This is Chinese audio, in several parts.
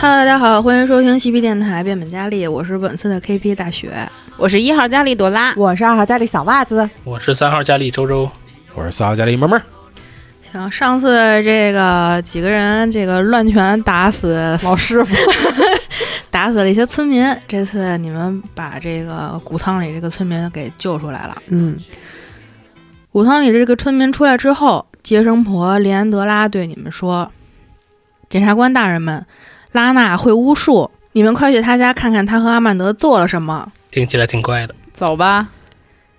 Hello，大家好，欢迎收听西皮电台变本加厉，我是本次的 KP 大雪。我是一号佳丽朵拉，我是二号家里小袜子，我是三号佳丽周周，我是三号佳丽慢慢。行，上次这个几个人这个乱拳打死老师傅，打死了一些村民，这次你们把这个谷仓里这个村民给救出来了。嗯，谷仓里的这个村民出来之后，接生婆莲安德拉对你们说：“检察官大人们，拉娜会巫术，你们快去他家看看他和阿曼德做了什么。听起来挺怪的。走吧。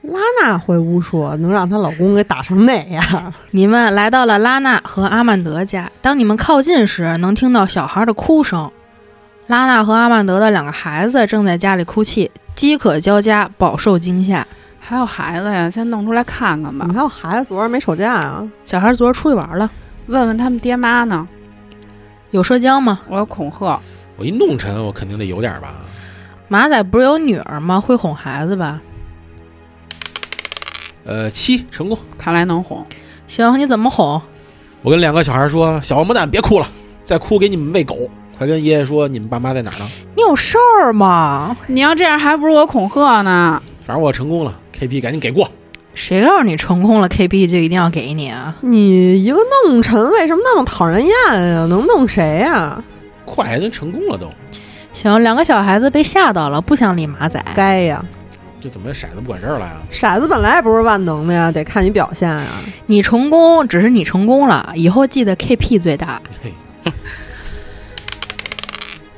拉娜会巫术，能让她老公给打成那样？你们来到了拉娜和阿曼德家。当你们靠近时，能听到小孩的哭声。拉娜和阿曼德的两个孩子正在家里哭泣，饥渴交加，饱受惊吓。还有孩子呀，先弄出来看看吧怎么，还有孩子昨儿没吵架啊？小孩昨儿出去玩了，问问他们爹妈呢。有社交吗？我有恐吓，我一弄臣，我肯定得有点吧。马仔不是有女儿吗？会哄孩子吧？呃，七成功。看来能哄。行，你怎么哄？我跟两个小孩说：“小王八蛋，别哭了，再哭给你们喂狗。快跟爷爷说你们爸妈在哪儿呢。你有事儿吗？你要这样，还不如我恐吓呢。”反正我成功了，KP 赶紧给过。谁告诉你成功了 KP 就一定要给你啊？你一个弄臣为什么那么讨人厌呀、能弄谁啊呀、快，人成功了都，行，两个小孩子被吓到了，不想理马仔。该呀！这怎么骰子不管事儿 了呀？骰子本来也不是万能的呀，得看你表现啊呀。你成功，只是你成功了，以后记得 KP 最大。嘿，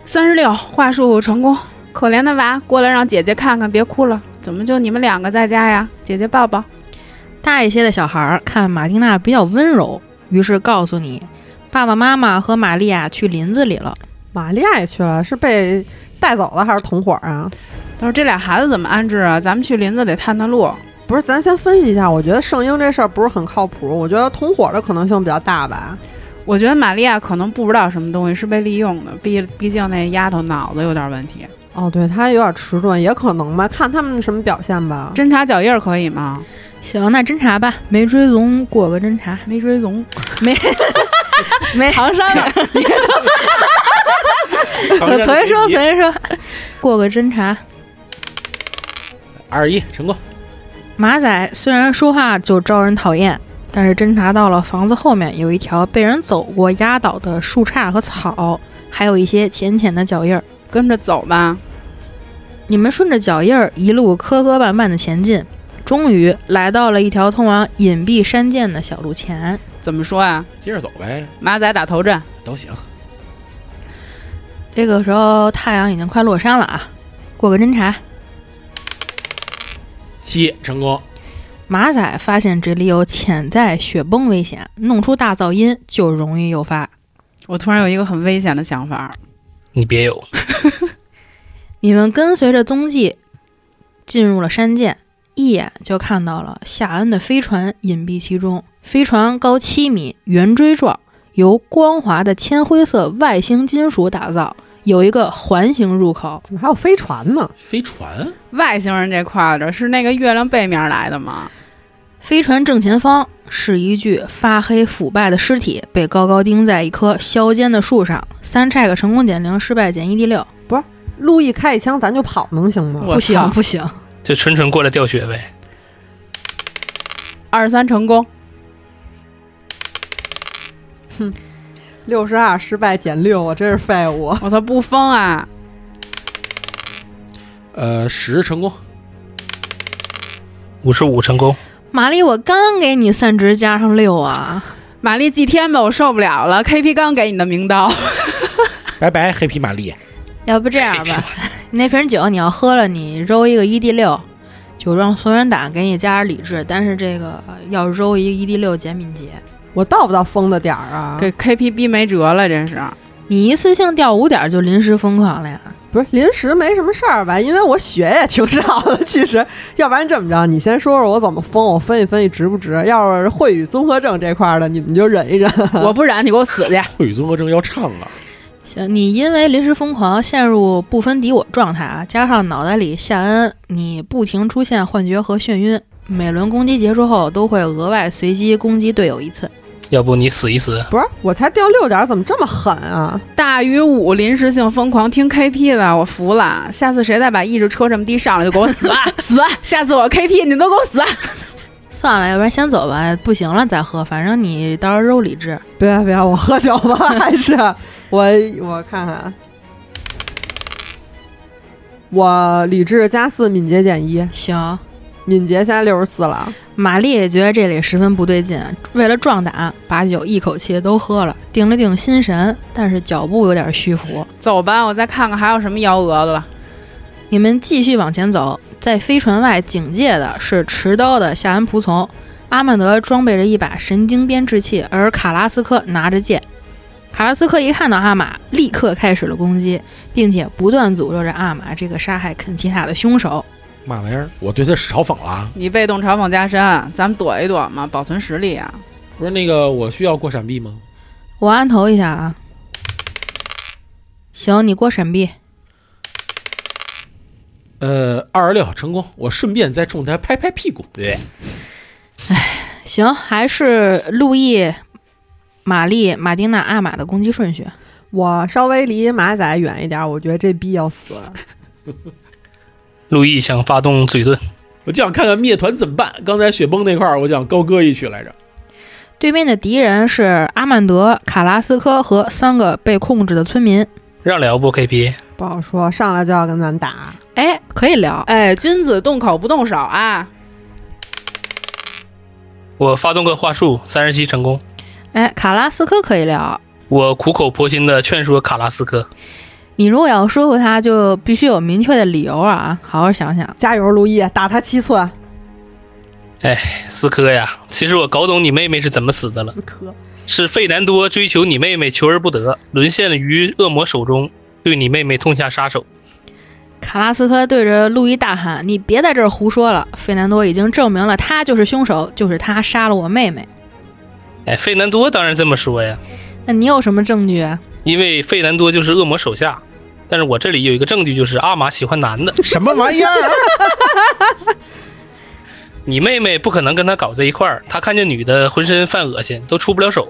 三十六话术成功，可怜的娃，过来让姐姐看看，别哭了。怎么就你们两个在家呀？姐姐抱抱。大一些的小孩儿看马丁娜比较温柔，于是告诉你，爸爸妈妈和玛利亚去林子里了。玛利亚也去了，是被带走了还是同伙啊？他说这俩孩子怎么安置啊？咱们去林子里探探路。不是，咱先分析一下，我觉得圣婴这事儿不是很靠谱，我觉得同伙的可能性比较大吧。我觉得玛利亚可能不知道什么东西是被利用的，毕毕竟那丫头脑子有点问题。哦，对，他有点迟钝，也可能吧，看他们什么表现吧。侦查脚印儿可以吗？行，那侦查吧，没追踪过个侦查，没追踪， 没没。唐山 了。我随说随说，过个侦查。二十一成功。马仔虽然说话就招人讨厌，但是侦查到了房子后面有一条被人走过压倒的树杈和草，还有一些浅浅的脚印儿。跟着走吧。你们顺着脚印儿一路磕磕绊绊的前进，终于来到了一条通往隐蔽山涧的小路前。怎么说啊？接着走呗，马仔打头阵，都行。这个时候太阳已经快落山了啊！过个侦查，七成功。马仔发现这里有潜在雪崩危险，弄出大噪音就容易诱发。我突然有一个很危险的想法，你别有，你们跟随着踪迹进入了山涧，一眼就看到了夏恩的飞船隐蔽其中。飞船高七米，圆锥状，由光滑的铅灰色外星金属打造，有一个环形入口。怎么还有飞船呢？飞船外星人这块的是那个月亮背面来的吗？飞船正前方是一具发黑腐败的尸体，被高高钉在一棵削尖的树上。三 check 成功减零，失败减一第六。路易开一枪，咱就跑能行吗？我不行操不行，就纯纯过来掉血呗。二十三成功，六十二失败减六，我真是废物。我操，不疯啊！呃十成功。五十五成功，玛丽，我刚给你三值加上六啊！玛丽祭天吧，我受不了了。KP 刚给你的名 刀，拜拜，黑皮 玛丽。要不这样吧，你那瓶酒你要喝了，你揉一个一 d 六，酒壮怂人胆，给你加点理智，但是这个呃要揉一个一 d 六减敏捷。我到不到疯的点儿啊？给 KP 逼没辙了，真 是。你一次性掉五点就临时疯狂了呀？不是临时没什么事儿吧？因为我血也挺少的， 其实。要不然这么着，你先说说我怎么疯，我分析分析值不值。要是会语综合症这块儿的，你们就忍一忍。我不忍，你给我死去！会语综合症要唱啊！行，你因为临时疯狂陷入不分敌我状态啊，加上脑袋里夏恩你不停出现幻觉和眩晕，每轮攻击结束后都会额外随机攻击队友一次。要不你死一死， 不是，我才掉六点儿，怎么这么狠啊？大于五临时性疯狂听 KP 的，我服了。下次谁再把意志戳这么低上来，就给我死 啊死啊！下次我 KP 你都给我死啊！算了，要不然先走吧，不行了再喝，反正你到时候肉理智。别别，我喝酒吧，还是 我我看看啊，我理智加四，敏捷减一，行，敏捷现在六十四了。玛丽也觉得这里十分不对劲，为了壮胆，把酒一口气都喝了，定了定心神，但是脚步有点虚浮。走吧，我再看看还有什么幺蛾子了。你们继续往前走，在飞船外警戒的是持刀的夏恩仆从。阿曼德装备着一把神经编制器，而卡拉斯科拿着剑。卡拉斯科一看到阿玛，立刻开始了攻击，并且不断诅咒着阿玛这个杀害肯奇塔的凶手。嘛玩意儿？我对他嘲讽了啊。你被动嘲讽加深，啊咱们躲一躲嘛，保存实力啊。不是那个，我需要过闪避吗？我按头一下啊，行，你过闪避。呃，二十六成功，我顺便再冲他拍拍屁股。对，行，还是路易、玛丽、马丁娜、阿玛的攻击顺序。我稍微离马仔远一点儿，我觉得这逼要死。路易想发动嘴遁，我就想看看灭团怎么办。刚才雪崩那块儿，我想高歌一曲来着。对面的敌人是阿曼德、卡拉斯科和三个被控制的村民。让聊不 KP， 不好说，上来就要跟咱打。哎，可以聊。哎，君子动口不动手啊！我发动个话术，三十七成功。哎，卡拉斯科可以聊。我苦口婆心的劝说卡拉斯科，你如果要说服他，就必须有明确的理由啊！好好想想。加油，陆毅，打他七寸。斯科呀，其实我搞懂你妹妹是怎么死的了，科，是费南多追求你妹妹，求而不得，沦陷于恶魔手中，对你妹妹痛下杀手。卡拉斯科对着路易大喊：“你别在这儿胡说了！费南多已经证明了他就是凶手，就是他杀了我妹妹。哎，费南多当然这么说呀，那你有什么证据啊？因为费南多就是恶魔手下。但是我这里有一个证据，就是阿玛喜欢男的，什么玩意儿？你妹妹不可能跟他搞在一块儿，她看见女的浑身犯恶心，都出不了手。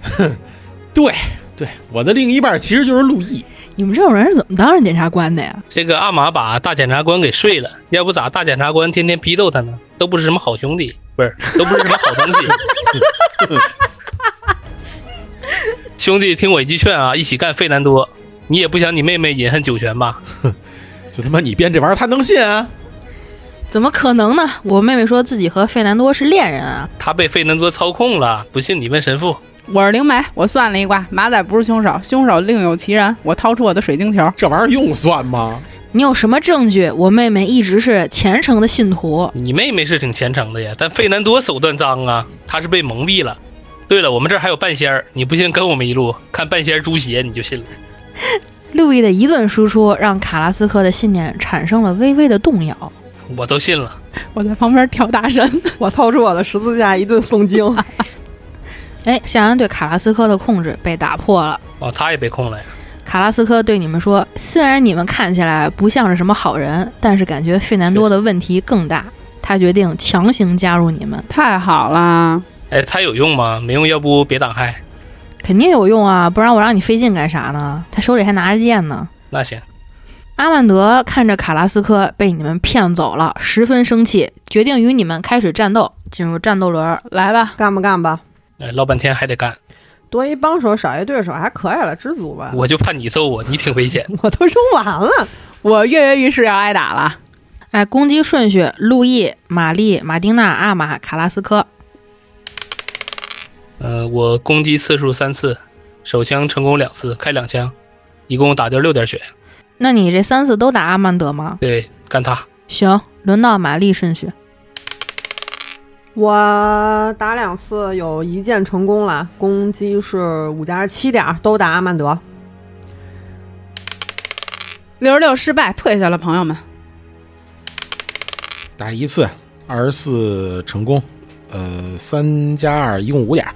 对对，我的另一半其实就是陆毅。你们这种人是怎么当上检察官的呀？这个阿玛把大检察官给睡了，要不咋大检察官天天批斗他呢？都不是什么好兄弟，不是，都不是什么好东西。 兄弟，听我一句劝啊，一起干费南多。你也不想你妹妹饮恨九泉吧？就他妈你编这玩意儿，他能信啊？怎么可能呢？我妹妹说自己和费南多是恋人啊。她被费南多操控了，不信你问神父。我是灵媒，我算了一卦，马仔不是凶手，凶手另有其人。我掏出我的水晶球，这玩意儿用算吗？你有什么证据？我妹妹一直是虔诚的信徒。你妹妹是挺虔诚的呀，但费南多手段脏啊，她是被蒙蔽了。对了，我们这儿还有半仙儿，你不信跟我们一路看半仙儿猪血，你就信了。路易的一顿输出让卡拉斯科的信念产生了微微的动摇。我都信了。我在旁边跳大神。 我掏出我的十字架，一顿诵经。哎，夏恩对卡拉斯科的控制被打破了。哦，她也被控了呀。卡拉斯科对你们说：“虽然你们看起来不像是什么好人，但是感觉费南多的问题更大。他决定强行加入你们，太好了，哎，她有用吗？没用，要不别挡害。肯定有用啊！不然我让你费劲干啥呢？他手里还拿着剑呢。”那行，阿曼德看着卡拉斯科被你们骗走了，十分生气，决定与你们开始战斗，进入战斗轮儿。来吧， 干吧干吧，哎，唠半天还得干，多一帮手少一对手，还可以了，知足吧。我就怕你揍我，你挺危险。 我都扔完了，我跃跃欲试要挨打了。哎，攻击顺序：路易、玛丽、马丁娜、阿玛、卡拉斯科。呃，我攻击次数三次，手枪成功两次，开两枪，一共打掉六点血。那你这三次都打阿曼德吗？对，干他！行，轮到玛丽顺序。我打两次有一箭成功了，攻击是五加七点儿，都打阿曼德。六十六失败，退下了，朋友们。打一次，二十四成功，呃，三加二一共五点儿。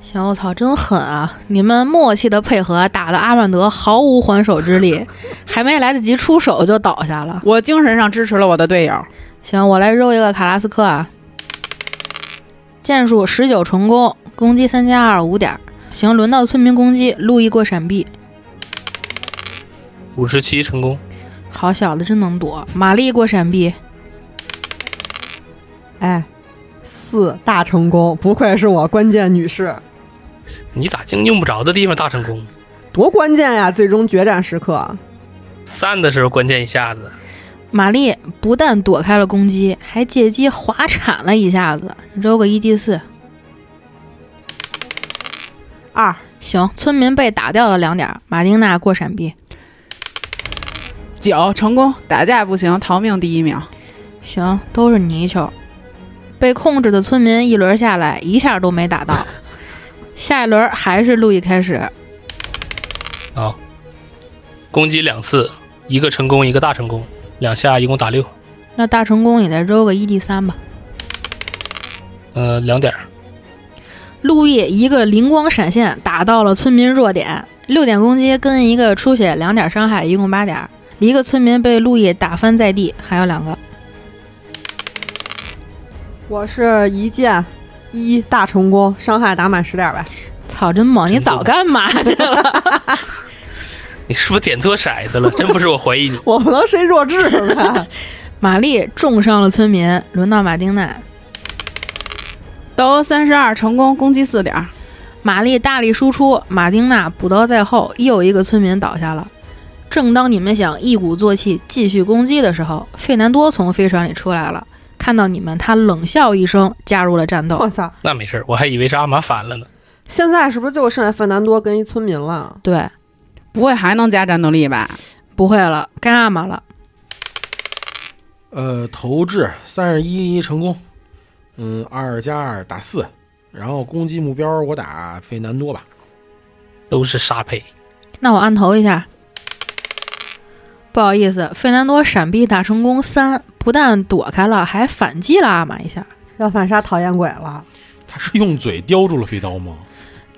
行，我操，真狠啊！你们默契的配合，打的阿曼德毫无还手之力，还没来得及出手就倒下了。我精神上支持了我的队友。行，我来揉一个卡拉斯科啊。剑术十九成功，攻击三加二五点儿。行，轮到村民攻击，路易过闪避。五十七成功，好小子，真能躲！玛丽过闪避，哎，四大成功，不愧是我关键女士，你咋净用不着的地方大成功？多关键呀！最终决战时刻，散的时候关键一下子，玛丽不但躲开了攻击，还借机滑铲了一下子，揉个一 d 四。二行，村民被打掉了两点儿，马丁娜过闪避。九成功，打架不行，逃命第一名。行，都是泥鳅。被控制的村民一轮下来，一下都没打 到。下一轮还是路易开始，攻击两次，一个成功，一个大成功，两下一共打六，那大成功也得揉个一 d 三吧。呃，两点儿， 路易一个灵光闪现打到了村民弱点，六点攻击跟一个出血两点伤害，一共八点。一个村民被路易打翻在地，还有两个。我是一剑一大成功，伤害打满十点呗。操，真猛！你真早猛干嘛去了？ 你是不是点错骰子了？真不是我怀疑你，我不能谁弱智呗？玛丽重伤了村民，轮到马丁娜。都三十二成功，攻击四点儿。玛丽大力输出，马丁娜补刀在后，又一个村民倒下了。正当你们想一鼓作气继续攻击的时候，费南多从飞船里出来了，看到你们，他冷笑一声，加入了战斗。 我操！那没事儿，我还以为是阿玛反了呢。现在是不是就剩下费南多跟一村民了？对，不会还能加战斗力吧？不会了，该阿玛了。呃，投掷三十一成功，嗯，二加二打四，然后攻击目标我打费南多吧，都是沙配，那我按头一下。不好意思，费南多闪避打成功三，不但躲开了，还反击了阿玛一下。要反杀讨厌鬼了，他是用嘴叼住了飞刀吗？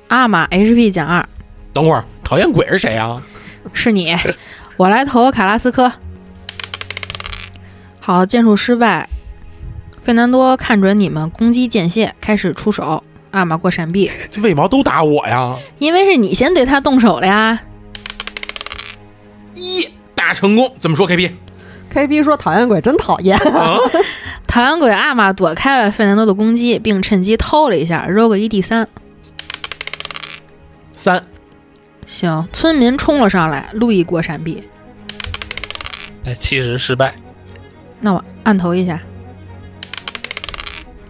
阿玛 HP 减二，等会儿，讨厌鬼是谁啊？是你，我来投卡拉斯科。好，剑术失败，费南多看准你们攻击间歇，开始出手。阿玛过闪避，这为毛都打我呀？因为是你先对他动手了呀。一大成功，怎么说 KP？ KP 说讨厌鬼真讨厌，啊，螳螂鬼阿玛躲开了费南多的攻击，并趁机偷了一下，揉个一 d 三。三行，村民冲了上来，路易过闪避。哎，其实失败，那我按头一下。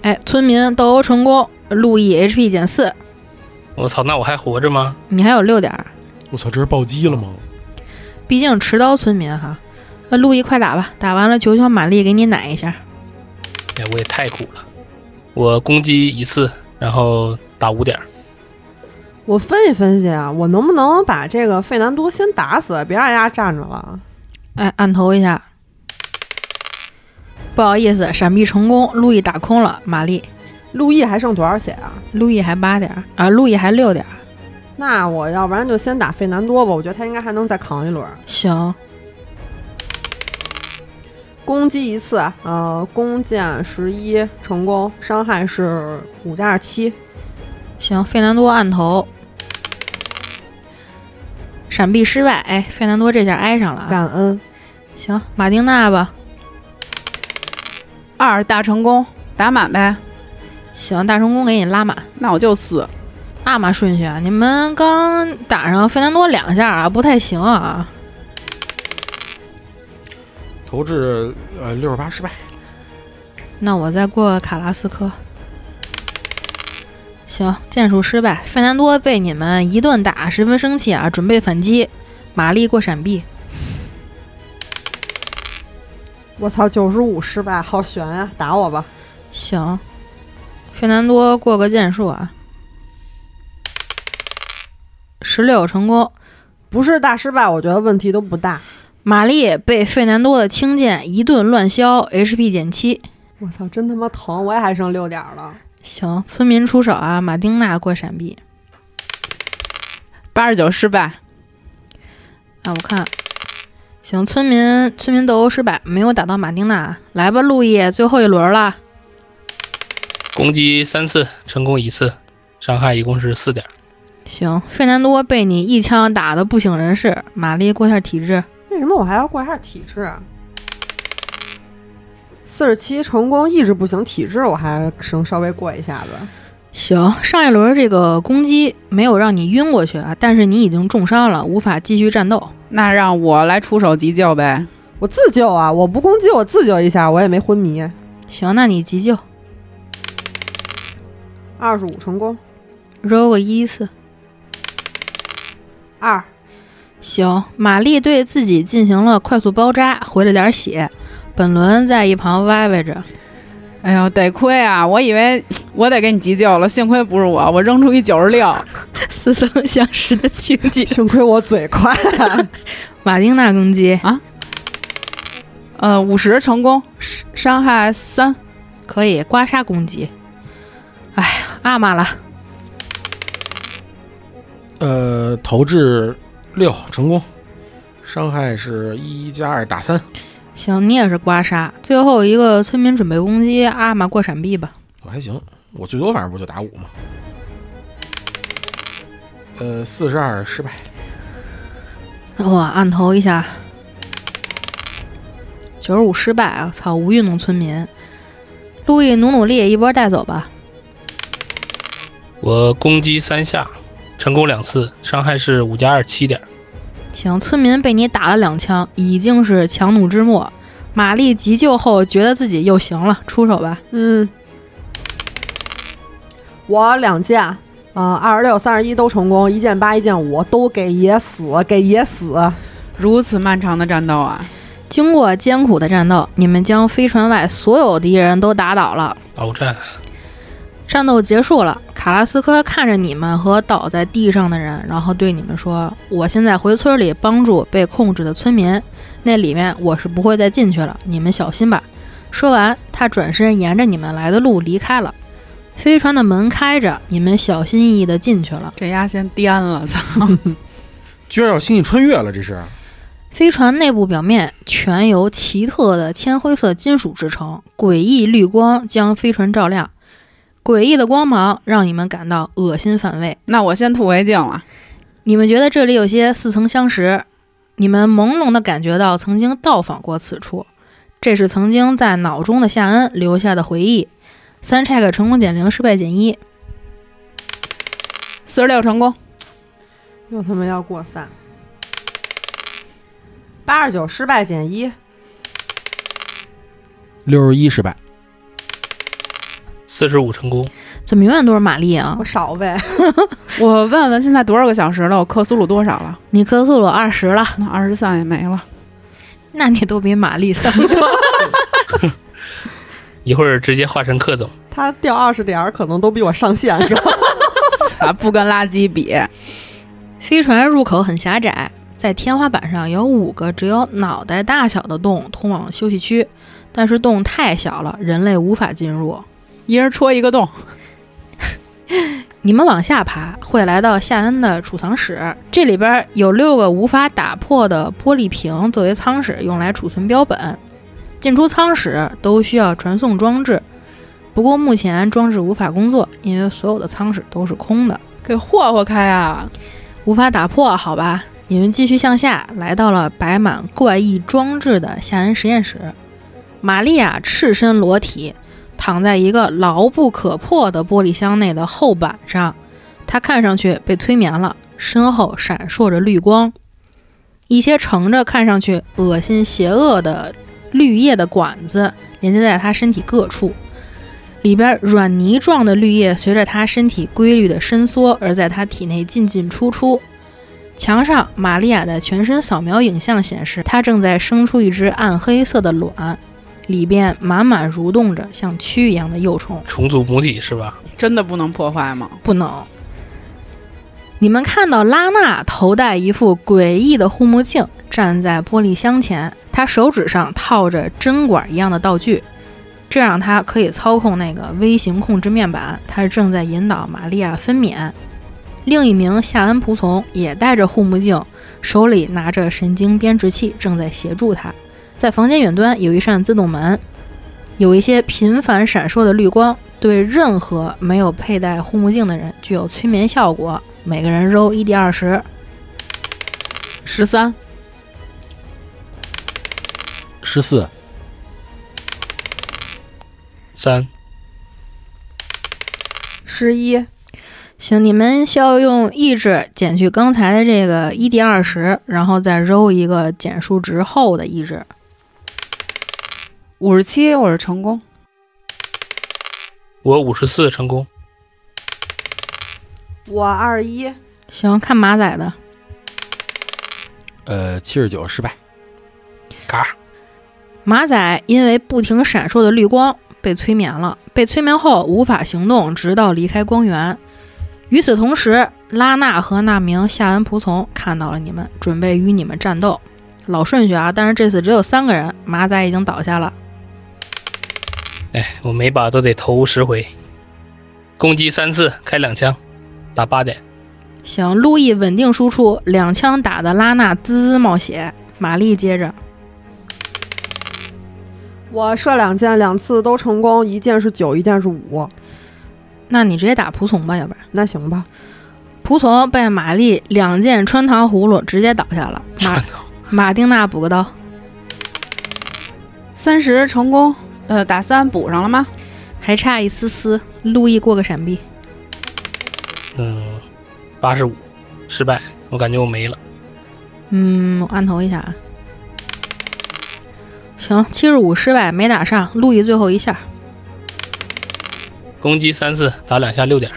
哎，村民斗殴成功，路易 HP 减四，我操，那我还活着吗？你还有六点儿，我操，这是暴击了吗？毕竟持刀村民哈。那路易快打吧，打完了求求玛丽给你奶一下。哎，我也太苦了，我攻击一次，然后打五点儿， 我分析分析啊，我能不能把这个费南多先打死，别让丫站着了？哎，按头一下。不好意思，闪避成功，路易打空了玛丽，路易还剩多少血啊？路易还八点儿啊，路易还六点儿。那我要不然就先打费南多吧，我觉得他应该还能再扛一轮。行，攻击一次，呃，弓箭十一成功，伤害是五加二七。行，费南多按头，闪避失败。哎，费南多这下挨上了啊。感恩行，马丁娜吧。二大成功，打满呗。行，大成功给你拉满。那我就四。阿玛顺序啊，你们刚打上费南多两下啊，不太行啊。投掷呃六十八失败，那我再过卡拉斯科。行，剑术失败，费南多被你们一顿打，十分生气啊，准备反击。玛丽过闪避，我操，九十五失败，好悬呀、打我吧！行。费南多过个剑术啊，十六成功。不是大失败，我觉得问题都不大。玛丽被费南多的轻剑一顿乱削，HP 减七。我操，真他妈疼！我也还剩六点了。行，村民出手啊，马丁娜过闪避八十九失败，啊，我看。行，村民村民斗殴失败，没有打到马丁娜。来吧，路易，最后一轮了。攻击三次，成功一次，伤害一共是四点。行，费南多被你一枪打的不省人事，玛丽过一下体质。为什么我还要过一下体质啊？四十七成功，意志不行，体质我还能稍微过一下子。行，上一轮这个攻击没有让你晕过去啊，但是你已经重伤了，无法继续战斗。那让我来出手急救呗。我自救啊！我不攻击，我自救一下，我也没昏迷。行，那你急救二十五成功， roll 个一次。二行，玛丽对自己进行了快速包扎，回了点血。本轮在一旁歪歪着，哎呦，得亏啊！我以为我得给你急救了，幸亏不是我，我扔出一九十六。 似曾相识的情景。幸亏我嘴快。马丁娜攻击呃，五十成功，伤伤害三。可以刮痧攻击。哎呀，阿玛了，呃，投掷六成功，伤害是一加二打三，行，你也是刮痧。最后一个村民准备攻击阿玛，过闪避吧。我还行，我最多反正不就打五嘛。呃，四十二失败，那我按头一下，九十五失败啊！操，无运动村民，路易努努力，一波带走吧。我攻击三下，成功两次，伤害是五加二七点。行，村民被你打了两枪，已经是强弩之末。玛丽急救后，觉得自己又行了，出手吧。嗯，我两件，啊、呃，二十六、三十一都成功，一件八，一件五，都给爷死，给爷死。如此漫长的战斗啊！经过艰苦的战斗，你们将飞船外所有敌人都打倒了。鏖战，战斗结束了，卡拉斯科看着你们和倒在地上的人，然后对你们说：“我现在回村里帮助被控制的村民，那里面我是不会再进去了，你们小心吧。”说完，他转身沿着你们来的路离开了。飞船的门开着，你们小心翼翼地进去了。这丫先颠了， 操！居然有星际穿越了，这是飞船内部表面全由奇特的铅灰色金属制成，诡异绿光将飞船照亮，诡异的光芒让你们感到恶心反胃。那我先吐为敬了。你们觉得这里有些似曾相识，你们朦胧地感觉到曾经到访过此处，这是曾经在脑中的夏恩留下的回忆。三 check 成功减零，失败减一。四十六成功，又他妈要过三，八十九失败减一，六十一失败，四十五成功，怎么永远都是玛丽啊我？少呗。我问问现在多少个小时了？我克苏鲁多少了？你克苏鲁二十了，那二十三也没了。 那你都比玛丽三 个。一会儿直接化身克总。他掉二十点儿可能都比我上限高。啊，不跟垃圾比。飞船入口很狭窄，在天花板上有五个只有脑袋大小的洞通往休息区，但是洞太小了，人类无法进入。一人戳一个洞，你们往下爬，会来到夏恩的储藏室，这里边有六个无法打破的玻璃瓶作为舱室，用来储存标本。进出舱室都需要传送装置，不过目前装置无法工作，因为所有的舱室都是空的，给霍霍开啊！无法打破。好吧，你们继续向下，来到了摆满怪异装置的夏恩实验室。玛利亚赤身裸体，躺在一个牢不可破的玻璃箱内的厚板上，她看上去被催眠了，身后闪烁着绿光，一些盛着看上去恶心邪恶的绿叶的管子连接在她身体各处，里边软泥状的绿叶随着她身体规律的伸缩而在她体内进进出出。墙上，玛利亚的全身扫描影像显示，她正在生出一只暗黑色的卵，里边满满蠕动着像蛆一样的幼虫。重组母体是吧？真的不能破坏吗？不能。你们看到拉娜头戴一副诡异的护目镜，站在玻璃箱前，她手指上套着针管一样的道具，这让她可以操控那个微型控制面板。她正在引导玛利亚分娩。另一名夏恩仆从也戴着护目镜，手里拿着神经编织器，正在协助她。在房间远端有一扇自动门，有一些频繁闪烁的绿光对任何没有佩戴护目镜的人具有催眠效果。每个人揉一 d 二十，十三、十四、三十一行，你们需要用意志减去刚才的这个一 d 二十，然后再揉一个减数值后的意志。五十七，我是成功。我五十四成功，我二一，行，看马仔的。呃七十九失败，嘎，马仔因为不停闪烁的绿光被催眠了，被催眠后无法行动，直到离开光源。与此同时，拉娜和那名夏恩仆从看到了你们，准备与你们战斗。老顺序啊，但是这次只有三个人，马仔已经倒下了。哎，我每把都得投十回，攻击三次，开两枪，打八点。行，路易稳定输出，两枪打的拉娜滋滋冒血。玛丽接着，我射两箭，两次都成功，一箭是九，一箭是五，那你直接打仆从吧，要 不然那行吧。仆从被玛丽两剑穿糖葫芦直接倒下了。马串头马丁娜补个刀，三十成功，呃，打三补上了吗？还差一丝丝。路易过个闪避， 嗯，八十五失败，我感觉我没了。嗯，我按头一下啊。行，七十五失败，没打上。路易最后一下，攻击三次，打两下六点。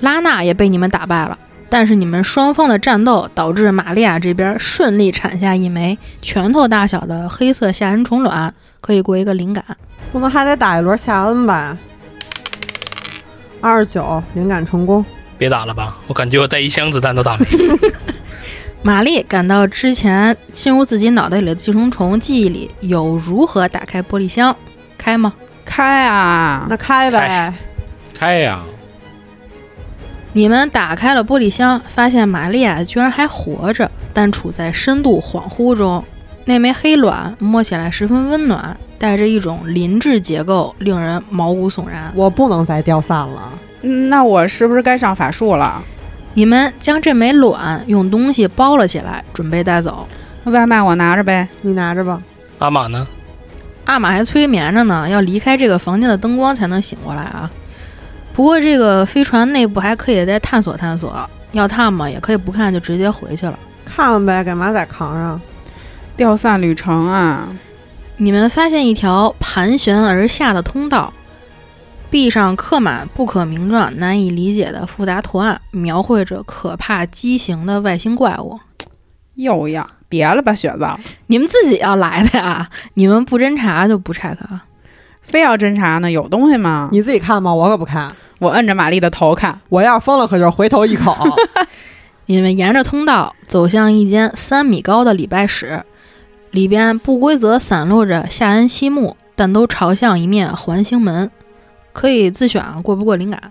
拉娜也被你们打败了。但是你们双方的战斗导致玛利亚这边顺利产下一枚拳头大小的黑色夏恩虫卵，可以过一个灵感。不能还得打一轮夏恩吧？二十九，灵感成功。别打了吧，我感觉我带一箱子弹都打没。玛丽感到之前进入自己脑袋里的寄生虫记忆里有如何打开玻璃箱，开吗？开啊！那开呗，开呀、你们打开了玻璃箱，发现玛利亚居然还活着，但处在深度恍惚中。那枚黑卵摸起来十分温暖，带着一种鳞质结构，令人毛骨悚然。我不能再掉散了。嗯那我是不是该上法术了？你们将这枚卵用东西包了起来，准备带走。外卖我拿着呗。你拿着吧，阿玛呢？阿玛还催眠着呢，要离开这个房间的灯光才能醒过来啊。不过这个飞船内部还可以再探索探索，要探嘛也可以不看，就直接回去了。看呗，给马仔扛啊上。调散旅程啊，你们发现一条盘旋而下的通道，壁上刻满不可名状、难以理解的复杂图案，描绘着可怕畸形的外星怪物。又要别了吧，雪子，你们自己要来的呀，你们不侦查就不 check 啊。非要侦查呢？有东西吗？你自己看吧，我可不看。我摁着玛丽的头看，我要是疯了，可就是回头一口。你们沿着通道走向一间三米高的礼拜室，里边不规则散落着夏恩西木，但都朝向一面环形门。可以自选啊，过不过灵感？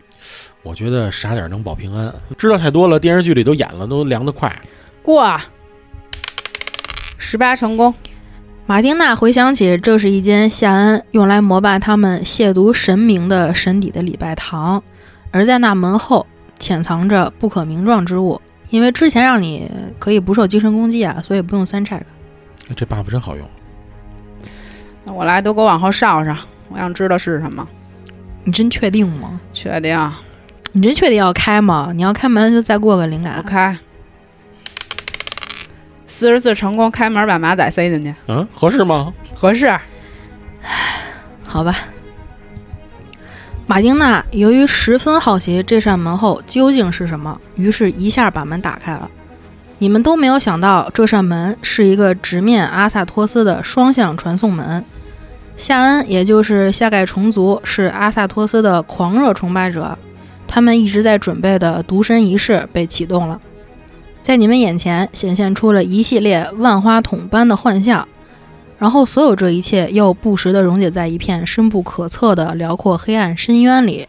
我觉得傻点儿能保平安，知道太多了，电视剧里都演了，都凉得快。过啊十八成功，马丁娜回想起，这是一间夏恩用来膜拜他们亵渎神明的神邸的礼拜堂，而在那门后潜藏着不可名状之物。因为之前让你可以不受精神攻击啊，所以不用三 check。这 buff 真好用，那我来都给我往后稍稍，我想知道是什么。你真确定吗？确定你真确定要开吗？你要开门就再过个灵感啊不。开。四十四成功，开门把马仔塞进去，嗯，合适吗？合适。好吧。马丁娜由于十分好奇这扇门后究竟是什么，于是一下把门打开了。你们都没有想到，这扇门是一个直面阿萨托斯的双向传送门。夏恩，也就是夏盖虫族，是阿萨托斯的狂热崇拜者，他们一直在准备的独身仪式被启动了。在你们眼前显现出了一系列万花筒般的幻象，然后所有这一切又不时地溶解在一片深不可测的辽阔黑暗深渊里，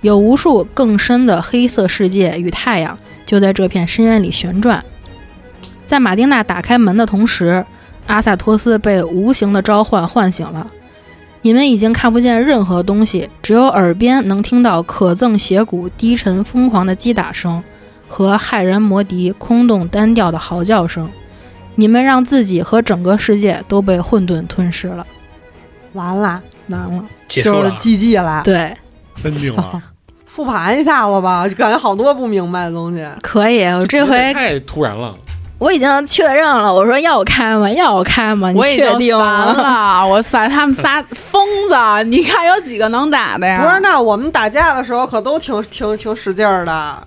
有无数更深的黑色世界与太阳就在这片深渊里旋转。在马丁娜打开门的同时，阿萨托斯被无形的召唤唤醒了。你们已经看不见任何东西，只有耳边能听到可憎邪骨低沉疯狂的击打声和骇人魔笛空洞单调的嚎叫声。你们让自己和整个世界都被混沌吞噬了， 完了，完了。结束就是了。啊 GG 啊了。对，真定了。 复盘一下子吧，就感觉好多不明白的东西。可以。我哦这回太突然了，我已经确认了，我说要开吗？要开吗？你我已经确定烦吗？了，我塞他们仨疯子，你看有几个能打的呀？不是，那我们打架的时候可都挺挺挺使劲儿 的。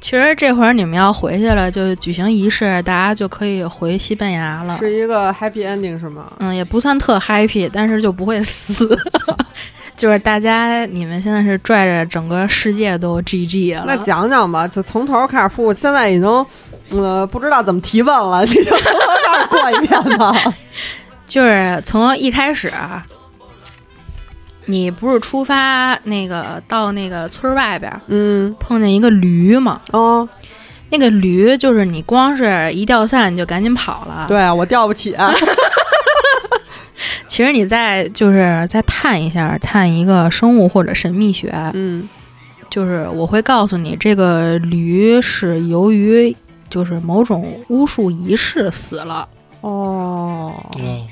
其实这会儿你们要回去了，就举行仪式，大家就可以回西班牙了。是一个 happy ending 是吗？嗯，也不算特 happy，但是就不会 死。就是大家，你们现在是拽着整个世界都 GG 了。那讲讲吧，就从头开始复，现在已经呃不知道怎么提问了，你就 从头开始过一 遍吧。嗯就是从一开始啊，你不是出发那个到那个村儿外边儿嗯，碰见一个驴嘛？哦，那个驴就是你光是一掉散你就赶紧跑了。对啊我吊不起，其实你再就是再探一下，探一个生物或者神秘学，嗯，就是我会告诉你，这个驴是由于就是某种巫术仪式死了。哦，嗯，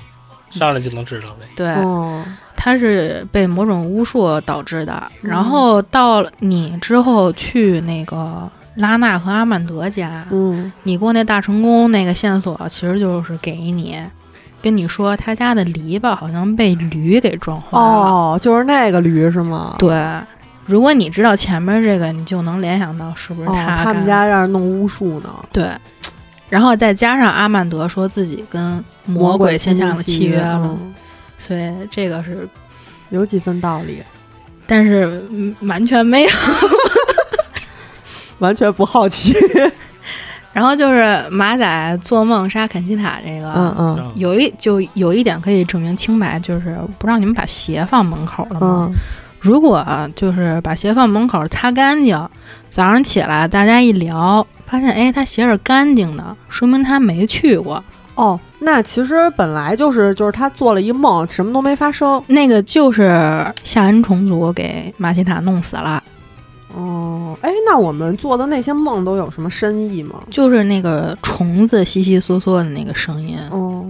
上来就能知道呗。 对，哦，它是被某种巫术导致的。嗯然后到了你之后去那个拉娜和阿曼德家，嗯，你给我那大成功那个线索，其实就是给你跟你说他家的篱笆好像被驴给撞坏了。哦，就是那个驴是吗？对，如果你知道前面这个，你就能联想到是不是哦，他他们干家要是弄巫术呢，对，然后再加上阿曼德说自己跟魔鬼签下了契契约了，嗯所以这个是，有几分道理，但是嗯完全没有。完全不好 奇。然后就是马仔做梦杀肯西塔这个，嗯嗯哦啊有一就有一点可以证明清白，就是不让你们把鞋放门口了嘛。嗯，如果就是把鞋放门口擦干净，早上起来大家一聊，发现哎他鞋是干净的，说明他没去过。哦，那其实本来就是就是他做了一梦，什么都没发生。那个就是夏恩虫族给马西塔弄死了。哦，哎，那我们做的那些梦都有什么深意吗？就是那个虫子悉悉嗦嗦的那个声音。哦，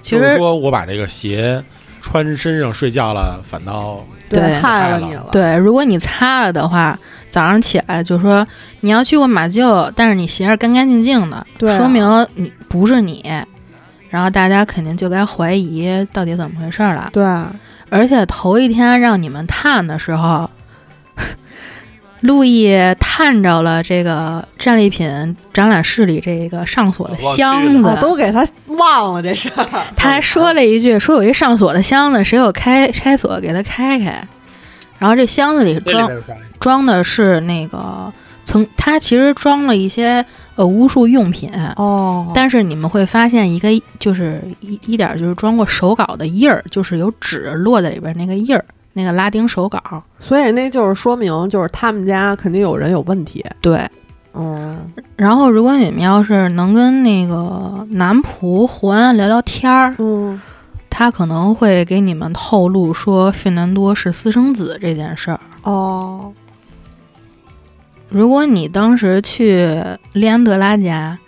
其就是实说我把这个鞋穿身上睡觉了，反倒对害了害你了了。，对，如果你擦了的话，早上起来就说你要去过马厩，但是你鞋是干干净净的，对啊说明你不是你。然后大家肯定就该怀疑到底怎么回事儿了。对，而且头一天让你们探的时候， 路易探着了这个战利品展览室里这个上锁的啊忘记箱子，哦，都给他忘了这事儿。他还说了一句：“说有一上锁的箱子，谁有开拆锁给他开开。”然后这箱子里这里装边有啥呀？装的是那个曾，他其实装了一些呃巫术用品，哦，但是你们会发现一个就是一一点就是装过手稿的印儿，就是有纸落在里边那个印儿，那个拉丁手稿。所以那就是说明，就是他们家肯定有人有问题。对，嗯，然后如果你们要是能跟那个男仆胡安聊聊天儿，嗯，他可能会给你们透露说费南多是私生子这件事儿。哦，如果你当时去利安德拉家，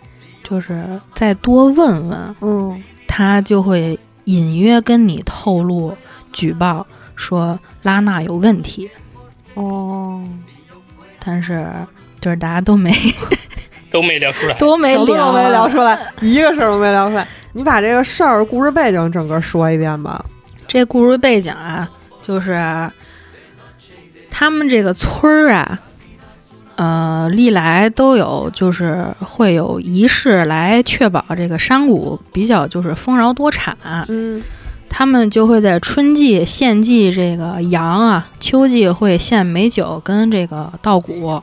就是再多问问，嗯，他就会隐约跟你透露举报说拉娜有问题，哦，但是就是大家都 没都没聊出来。都没什么聊啊都没聊啊出来，一个事儿都没聊出来。你把这个事儿故事背景整个说一遍吧。这故事背景啊，就是他们这个村儿啊，呃，历来都有就是会有仪式来确保这个山谷比较就是丰饶多产。啊嗯，他们就会在春季献祭这个羊啊，秋季会献美酒跟这个稻谷。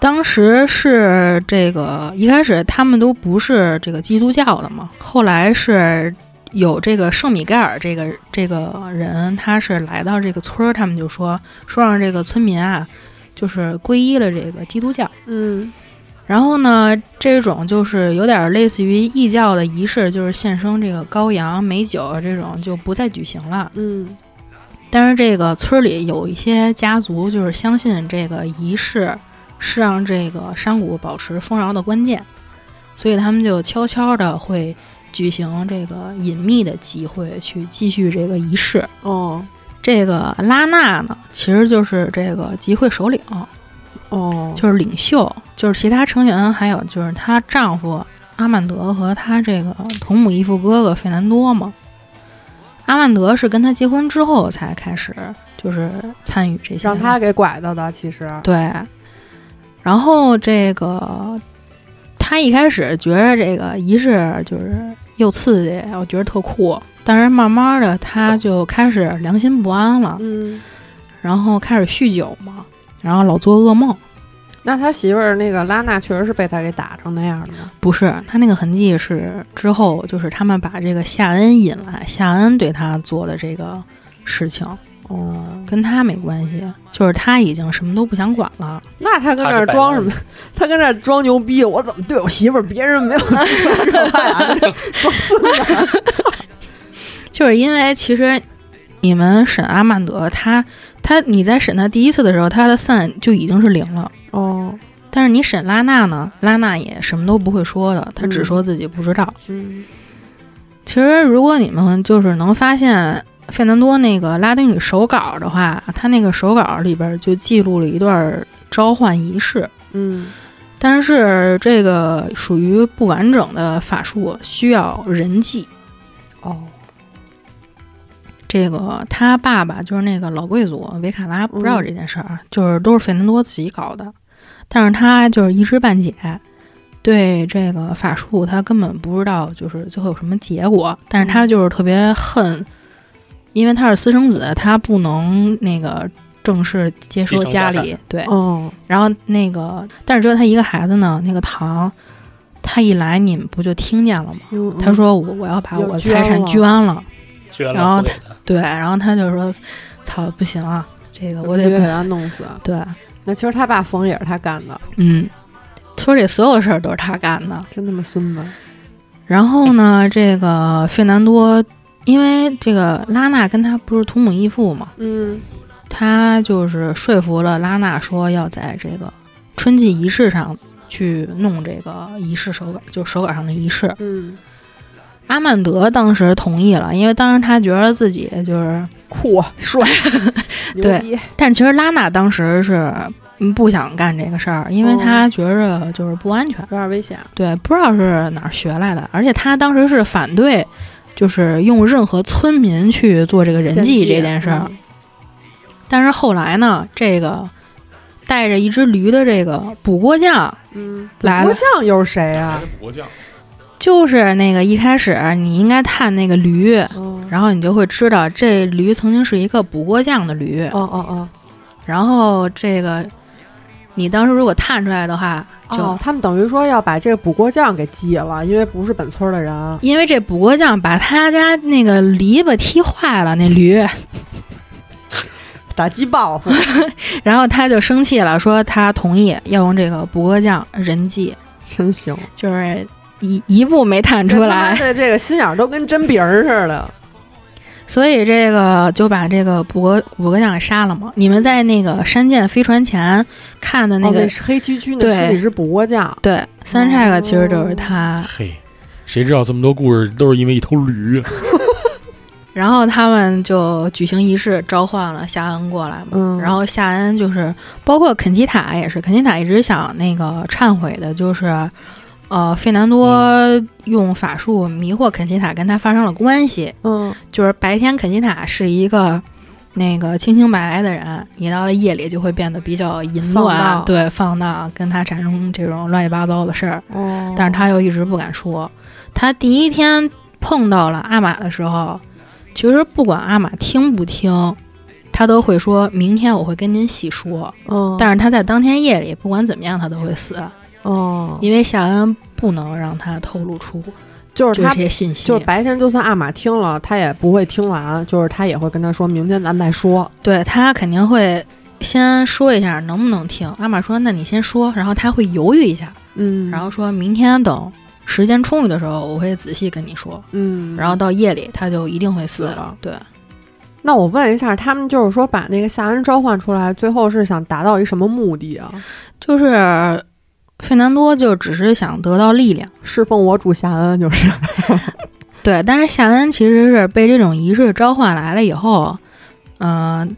当时是这个一开始他们都不是这个基督教的嘛，后来是有这个圣米盖尔这个这个人，他是来到这个村儿，他们就说说让这个村民啊，就是皈依了这个基督教。嗯，然后呢，这种就是有点类似于异教啊的仪式，就是献生这个羔羊、美酒这种就不再举行了。嗯，但是这个村里有一些家族就是相信这个仪式是让这个山谷保持丰饶的关键，所以他们就悄悄的会举行这个隐秘的集会，去继续这个仪式。哦这个拉纳呢，其实就是这个集会首领，哦，就是领袖，就是其他成员，还有就是她丈夫阿曼德和她这个同母异父哥哥费南多嘛。阿曼德是跟她结婚之后才开始，就是参与这些，让他给拐到的，其实对。然后这个她一开始觉着这个仪式就是又刺激，我觉得特酷，但是慢慢的她就开始良心不安了，嗯，然后开始酗酒嘛，然后老做噩梦。那他媳妇儿那个拉娜确实是被他给打成那样的吗？不是，他那个痕迹是之后，就是他们把这个夏恩引来，夏恩对他做的这个事情哦，跟他没关系，就是他已经什么都不想管了。那他跟那儿装什么？他跟那儿装牛逼，我怎么对我媳妇儿，别人没有这话呀？装孙子，就是因为其实你们审阿曼德，他他你在审他第一次的时候，他的散就已经是零了。哦，但是你审拉娜呢？拉娜也什么都不会说的，他只嗯说自己不知道。嗯，其实，如果你们就是能发现费南多那个拉丁语手稿的话，他那个手稿里边就记录了一段召唤仪式，嗯，但是这个属于不完整的法术，需要人记。哦，这个他爸爸就是那个老贵族维卡拉，不知道这件事儿，啊就是都是费南多自己搞的，但是他就是一知半解，对这个法术他根本不知道就是最后有什么结果，但是他就是特别恨，因为他是私生子，他不能那个正式接收继承家家里对，哦，然后那个但是只有他一个孩子呢，那个唐。他一来，你们不就听见了吗？嗯他，说我我要把要我捐财产了捐了， 捐然后了不给他，对，然后他就说：“操，不行啊，这个嗯我必须得给把他弄死。对，那其实他爸疯也是他干的，嗯，村里所有事儿都是他干的。真他妈孙子。然后呢，这个费南多，因为这个拉娜跟他不是同母异父嘛，嗯，他就是说服了拉娜说要在这个春季仪式上去弄这个仪式手稿，就手稿上的仪式。嗯，阿曼德当时同意了，因为当时他觉得自己就是酷啊帅，对牛逼 但其实拉娜当时是嗯不想干这个事儿，因为哦她觉着就是不安全，有点危险。对，不知道是哪儿学来的，而且她当时是反对，就是用任何村民去做这个人际这件事儿。嗯但是后来呢，这个带着一只驴的这个补锅匠嗯，来郭了，酱又是谁啊？国将，就是那个一开始你应该探那个驴，哦然后你就会知道这驴曾经是一个补锅匠的驴。哦哦然后这个你当时如果探出来的话，哦，就、哦，他们等于说要把这个补锅匠给祭了，因为不是本村的人。因为这补锅匠把他家那个篱笆踢坏了，那驴，打击 报复，然后他就生气了，说他同意要用这个补锅匠人祭，真行！就是一一步没探出来，的这个心眼儿都跟真饼儿似的。 所以这个就把这个补锅补锅匠给杀了嘛。你们在那个山涧飞船前看的那哦个，黑黢黢的对是你是补锅匠，对，三叉个其实就是他。嘿，谁知道这么多故事都是因为一头 驴？然后他们就举行仪式，召唤了夏恩过来嘛。嗯然后夏恩就是包括肯基塔也是，肯基塔一直想那个忏悔的，就是呃费南多用法术迷惑肯基塔，跟他发生了关系。嗯就是白天肯基塔是一个那个清清白白的人，你到了夜里就会变得比较淫放乱，荡对放荡，跟他产生这种乱七八糟的事儿。哦但是他又一直不敢说。他第一天碰到了阿玛的时候，其实不管阿玛听不听，他都会说明天我会跟您细说。嗯，但是他在当天夜里，不管怎么样，他都会死，哦，因为夏恩不能让他透露出就是就他这些信息就。是白天就算阿玛听了，他也不会听完，就是他也会跟他说明天咱们再说。对他肯定会先说一下能不能听。阿玛说：“那你先说。”然后他会犹豫一下，嗯然后说明天等时间充裕的时候，我会仔细跟你说。嗯，然后到夜里，他就一定会死死了对。那我问一下，他们就是说把那个夏恩召唤出来，最后是想达到一什么目的啊？就是费南多就只是想得到力量，侍奉我主夏恩就是。对。但是夏恩其实是被这种仪式召唤来了以后，嗯、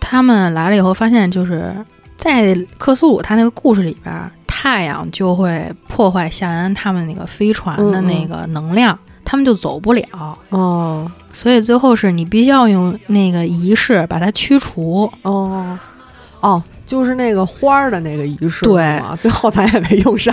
他们来了以后发现，就是在克苏鲁他那个故事里边儿，太阳就会破坏夏恩他们那个飞船的那个能量，他们就走不了。哦所以最后是你必须要用那个仪式把它驱除。哦哦，就是那个花儿的那个仪式，对是吗，最后咱也没用上。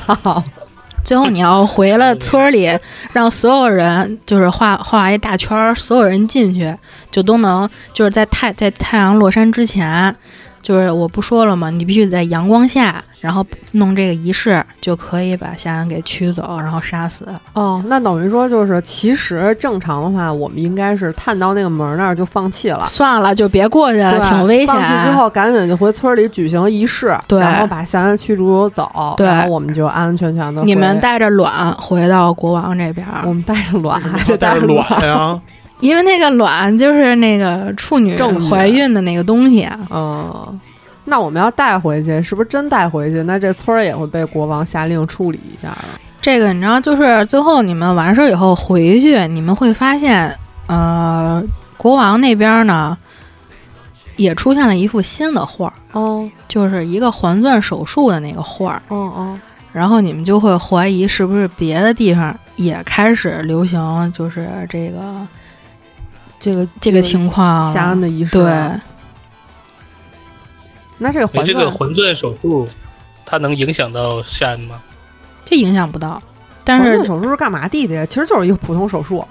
最后你要回 了村儿里，让所有人就是画画一大圈儿，所有人进去就都能就是在太在太阳落山之前，就是我不说了吗？你必须得在阳光下，然后弄这个仪式就可以把夏恩给驱走，然后杀死。 哦，那等于说就是，其实正常的话，我们应该是探到那个门儿那儿就放弃了。算了，就别过去了，对挺危险。放弃之后，赶紧就回村里举行仪式，对然后把夏恩驱逐走，对然后我们就安安全全的。你们，带着卵回到国王这边儿，我们带着卵，还还得得带着卵卵。啊，因为那个卵就是那个处女正女怀孕的那个东西啊。嗯，那我们要带回去，是不是真带回去？那这村儿也会被国王下令处理一下了。这个你知道，就是最后你们完事儿以后回去，你们会发现，呃，国王那边呢也出现了一幅新的画儿，哦就是一个环钻手术的那个画儿。哦哦，然后你们就会怀疑是不是别的地方也开始流行，就是这个这个这个情况啊夏了恩。的仪式，啊对，，那这个哎，环这个钻魂钻手术，它能影响到夏恩吗？这影响不到。但环钻是手术是干嘛地的呀？其实就是一个普通手术，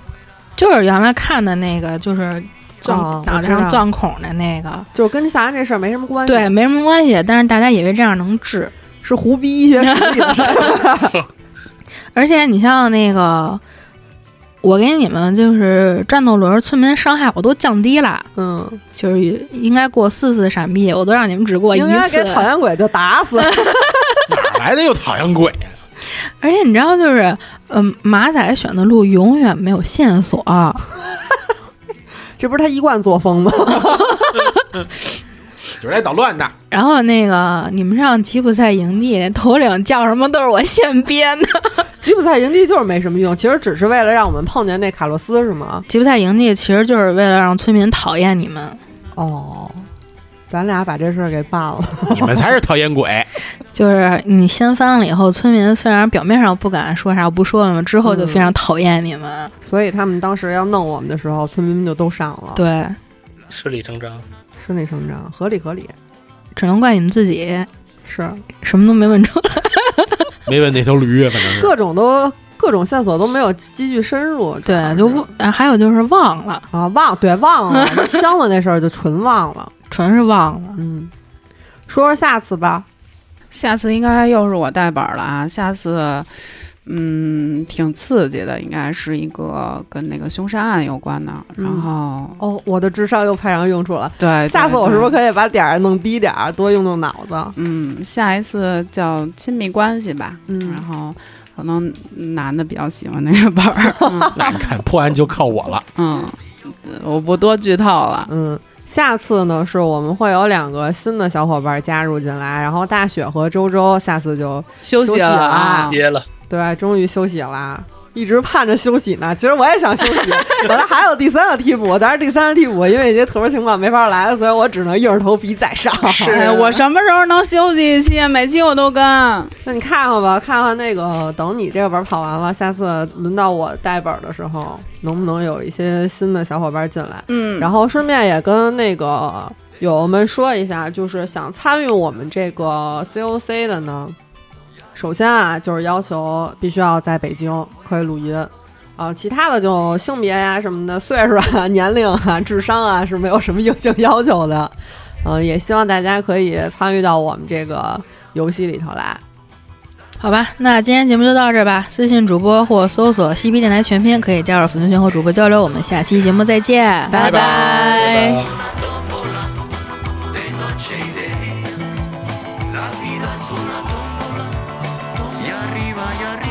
就是原来看的那个，就是钻、哦脑我袋知上道钻孔的那个，就是跟夏恩这事儿没什么关系。对，，没什么关系。但是大家以为这样能治，是胡逼医学史里的事儿。而且你像那个，我给你们就是战斗轮村民伤害我都降低了，嗯，就是应该过四次闪避，我都让你们只过一应该给次。讨厌鬼就 打死。哪来的又讨厌鬼呀？而且你知道，就是嗯，马仔选的路永远没有线索，这不是他一贯作风吗？就是来捣乱的。然后那个你们上吉普赛营地，那头领叫什么都是我现编的。 吉普赛营地就是没什么用，其实只是为了让我们碰见那卡洛斯，是吗？吉普赛营地其实就是为了让村民讨厌你们，哦，咱俩把这事儿给办了。你们才是讨厌鬼。就是你掀翻了以后，村民虽然表面上不敢说啥，不说了嘛，之后就非嗯常讨厌你们。所以他们当时要弄我们的时候，村民们就都上了，对，顺理成章。顺理成章，合理合理。只能怪你们自己，是什么都没 问着。没问那头驴，反正是各种都各种线索都没有积聚深入，主要对，是就忘、啊还有就是忘了，啊忘对 忘了箱子那事儿就纯忘了。纯是忘了。嗯，说说下次吧。下次应该又是我带板儿了啊！下次，嗯，挺刺激的，应该是一个跟那个凶杀案有关的。然嗯后，哦，我的智商又派上用处了。对，下次我是不是以？可以把点儿弄低点儿，多用用脑子？嗯，下一次叫亲密关系吧。嗯然后可能男的比较喜欢那个本儿。那你看破案就靠我了。嗯，嗯我不多剧透了。嗯，下次呢是我们会有两个新的小伙伴加入进来，然后大雪和周周下次就休息息了了啊啊！接了，对，终于休息啦。一直盼着休息呢，其实我也想休息。 本来还有第三个替补，但是第三个替补因为一些特殊情况没法来，所以我只能硬着头皮再上。哎，我什么时候能休息一期啊？每期我都跟。那你看看吧，看看那个，等你这个本儿跑完了，下次轮到我带本儿的时候，能不能有一些新的小伙伴进来？嗯，然后顺便也跟那个友们说一下，就是想参与我们这个 COC 的呢，首先啊，就是要求必须要在北京可以录音，啊，其他的就性别呀、什么的、岁数啊、年龄啊、智商啊是没有什么硬性要求的，嗯、也希望大家可以参与到我们这个游戏里头来。好吧，那今天节目就到这儿吧。私信主播或搜索“西皮电台全拼”，可以加入粉丝群和主播交流。我们下期节目再见，拜拜拜拜 de noche y de día. La vida es una tómbola y arriba y arriba.